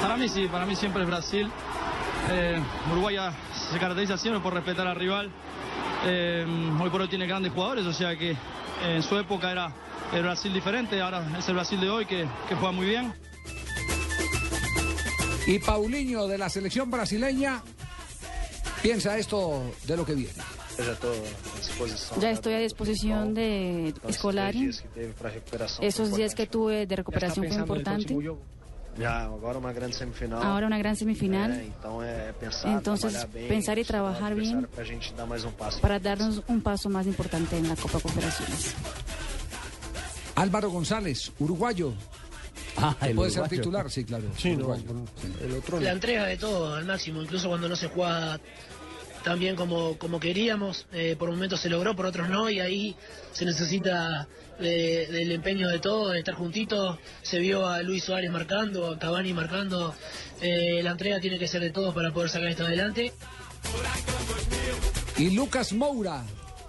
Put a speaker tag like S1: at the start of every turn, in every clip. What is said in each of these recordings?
S1: Para mí sí, para mí siempre es Brasil. Eh, Uruguay se caracteriza siempre por respetar al rival. Eh, hoy por hoy tiene grandes jugadores, o sea que eh, en su época era el Brasil diferente, ahora es el Brasil de hoy que, que juega muy bien.
S2: Y Paulinho de la selección brasileña piensa esto de lo que viene.
S3: Ya estoy a disposición de Escolari. Esos días que tuve de recuperación fue importante. Ahora una gran semifinal. Entonces pensar y trabajar bien para darnos un paso más importante en la Copa Cooperaciones.
S2: Álvaro González, uruguayo,
S4: Ah,
S2: puede ser titular, sí, claro.
S4: Sí, no,
S2: Uruguayo.
S4: el otro no.
S5: La entrega de todo al máximo, incluso cuando no se juega tan bien como, como queríamos, eh, por momentos se logró, por otros no, y ahí se necesita de- del empeño de todos, de estar juntitos. Se vio a Luis Suárez marcando, a Cavani marcando. eh, la entrega tiene que ser de todos para poder sacar esto adelante.
S2: Y Lucas Moura,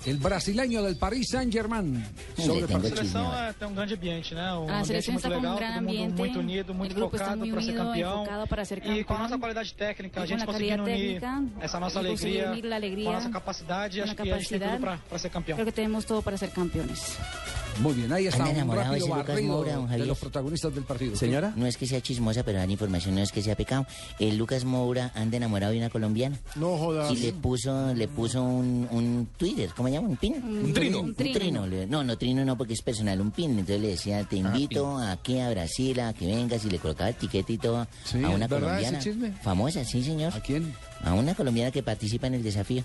S2: el brasileño del Paris Saint-Germain.
S1: A
S2: Sobre
S4: tengo
S2: París.
S1: seleção é, tem um grande ambiente, né? O
S3: A
S1: ambiente é
S3: seleção
S1: muito
S3: Ah, está com um
S1: legal,
S3: gran
S1: todo mundo
S3: ambiente,
S1: muito unido, muito
S3: o grupo está
S1: focado
S3: muy
S1: para ser
S3: unido,
S1: campeão.
S3: enfocado para ser
S1: E com a
S3: campeão.
S1: nossa qualidade técnica, a
S3: Y con
S1: gente
S3: la calidad
S1: conseguindo unir
S3: técnica,
S1: essa nossa
S3: hemos conseguido
S1: alegria
S3: unir la
S1: com a
S3: alegría
S1: nossa capacidade,
S3: con
S1: acho
S3: la
S1: que a gente tem tudo para
S3: capacidad.
S1: para ser campeão.
S3: Creo que tenemos todo para ser campeones.
S2: Muy bien, ahí está
S6: Anda
S2: un
S6: eh. enamorado
S2: rápido
S6: ese Lucas
S2: barrido
S6: Moura, don
S2: de
S6: Javier.
S2: los protagonistas del partido.
S4: Señora,
S6: No es que sea chismosa, pero dar información no es que sea pecado. El Lucas Moura anda enamorado de una colombiana
S4: no jodas.
S6: y le puso, le puso un, un Twitter, ¿cómo se llama? ¿Un pin?
S3: Un trino.
S6: Un
S3: Un
S6: trino.
S3: trino.
S6: le- No, no trino no porque es personal, un pin. Entonces le decía,
S2: Ah,
S6: te invito aquí a Brasil a que vengas y le colocaba etiqueta y todo
S2: Sí,
S6: a una
S2: ¿es verdad ese
S6: colombiana.
S2: chisme?
S6: Famosa, sí señor.
S2: ¿A quién?
S6: A una colombiana que participa en el desafío.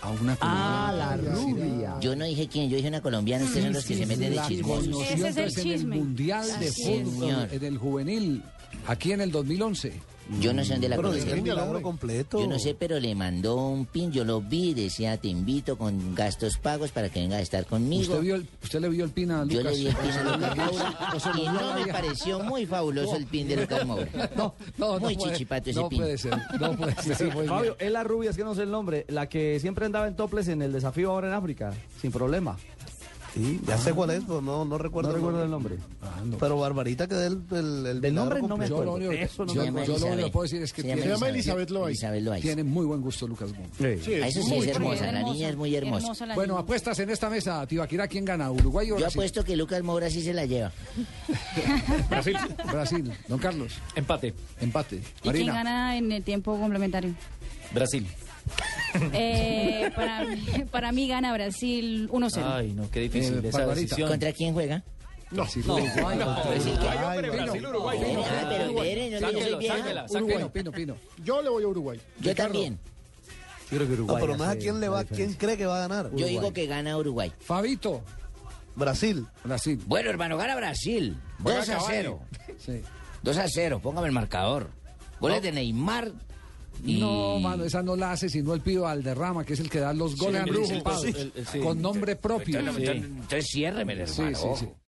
S2: A una
S4: Ah, la
S2: rubia.
S6: Yo no dije quién, yo dije una colombiana, ustedes son los que se meten de
S2: La
S6: chismosos.
S2: conoció
S3: Ese es el
S2: entonces En
S3: chisme.
S2: el Mundial de
S3: Así
S6: es.
S2: Fútbol,
S6: Señor.
S2: en el juvenil, aquí en el 2011.
S6: Yo no sé dónde la conocí.
S7: pues
S4: milagro completo.
S6: Yo no sé, pero le mandó un pin, yo lo vi, decía, te invito con gastos pagos para que venga a estar conmigo.
S2: ¿Usted, vio el- ¿Usted le vio el pin a
S6: Yo le
S2: Lucas?
S6: di el pin a Lucas Moura
S2: O se lo
S6: y
S2: dio a
S6: no me
S2: Gaia.
S6: pareció muy fabuloso el pin de Lucas Moura.
S2: No, no,
S6: Muy
S2: no puede-
S6: chichipato ese
S2: No
S6: pin.
S2: puede ser, no puede ser. muy bien.
S7: Fabio, es la rubia, es que no sé el nombre, la que siempre andaba en toples en el desafío ahora en África, sin problema.
S8: Sí, ya sé cuál es, pero no, no recuerdo,
S7: No recuerdo el nombre.
S2: Ah, no.
S8: Pero Barbarita que del el, el
S7: Del nombre
S8: milagro
S7: no me
S2: Yo lo
S7: acuerdo.
S2: único que-
S7: Eso
S2: yo-
S7: no
S6: Se
S7: me
S6: llama
S2: yo lo único que
S6: Elizabeth.
S2: puedo decir es que
S6: Se
S2: tiene-
S4: Se llama Elizabeth Loaiza.
S6: Elizabeth Loaiza.
S2: Tiene muy buen gusto Lucas Moura.
S6: A eso sí
S3: Muy
S6: es hermosa,
S3: bien,
S6: la niña es muy hermosa.
S3: hermosa la
S2: Bueno,
S3: niña.
S2: apuestas en esta mesa, Tibaquirá, ¿quién gana? ¿Uruguay o
S6: Yo
S2: Brasil?
S6: apuesto que Lucas Moura sí se la lleva.
S9: Brasil,
S2: Brasil. Don Carlos,
S9: empate.
S2: empate.
S3: ¿Y quién
S2: Marina. eh,
S3: gana en el tiempo complementario?
S9: Brasil.
S3: Eh, para, mí- para mí gana Brasil 1-0.
S9: Ay, no, qué difícil
S2: Eh,
S9: esa
S2: Barbarita.
S9: decisión.
S6: ¿Contra quién juega?
S2: Brasil, Uruguay.
S9: Uruguay.
S6: Espere, ah, pero espere, yo le- yo soy
S9: Sáquelo,
S6: vieja.
S9: sáquela,
S2: Pino,
S9: sáquela.
S2: Pino, Pino.
S9: Yo le voy a Uruguay.
S6: Yo también.
S7: Yo creo que
S8: No,
S7: Uruguay
S8: pero no es a
S7: hace
S8: quién le
S7: la
S8: va,
S7: diferencia.
S8: quién cree que va a ganar.
S6: Yo digo que gana Uruguay.
S2: Fabito,
S8: Brasil.
S2: Brasil.
S6: Bueno, hermano, gana Brasil. 2 a 0.
S2: Sí.
S6: 2 a 0, póngame el marcador. Goles de Neymar. y-
S2: No, mano, esa no la hace sino el pido Alderrama, que es el que da los goles al
S9: el brujo,
S2: empate,
S9: el- el- sí.
S2: con nombre propio.
S6: Entonces,
S9: Sí.
S6: entonces ciérreme, hermano.
S2: Sí, sí, sí.
S6: ojo.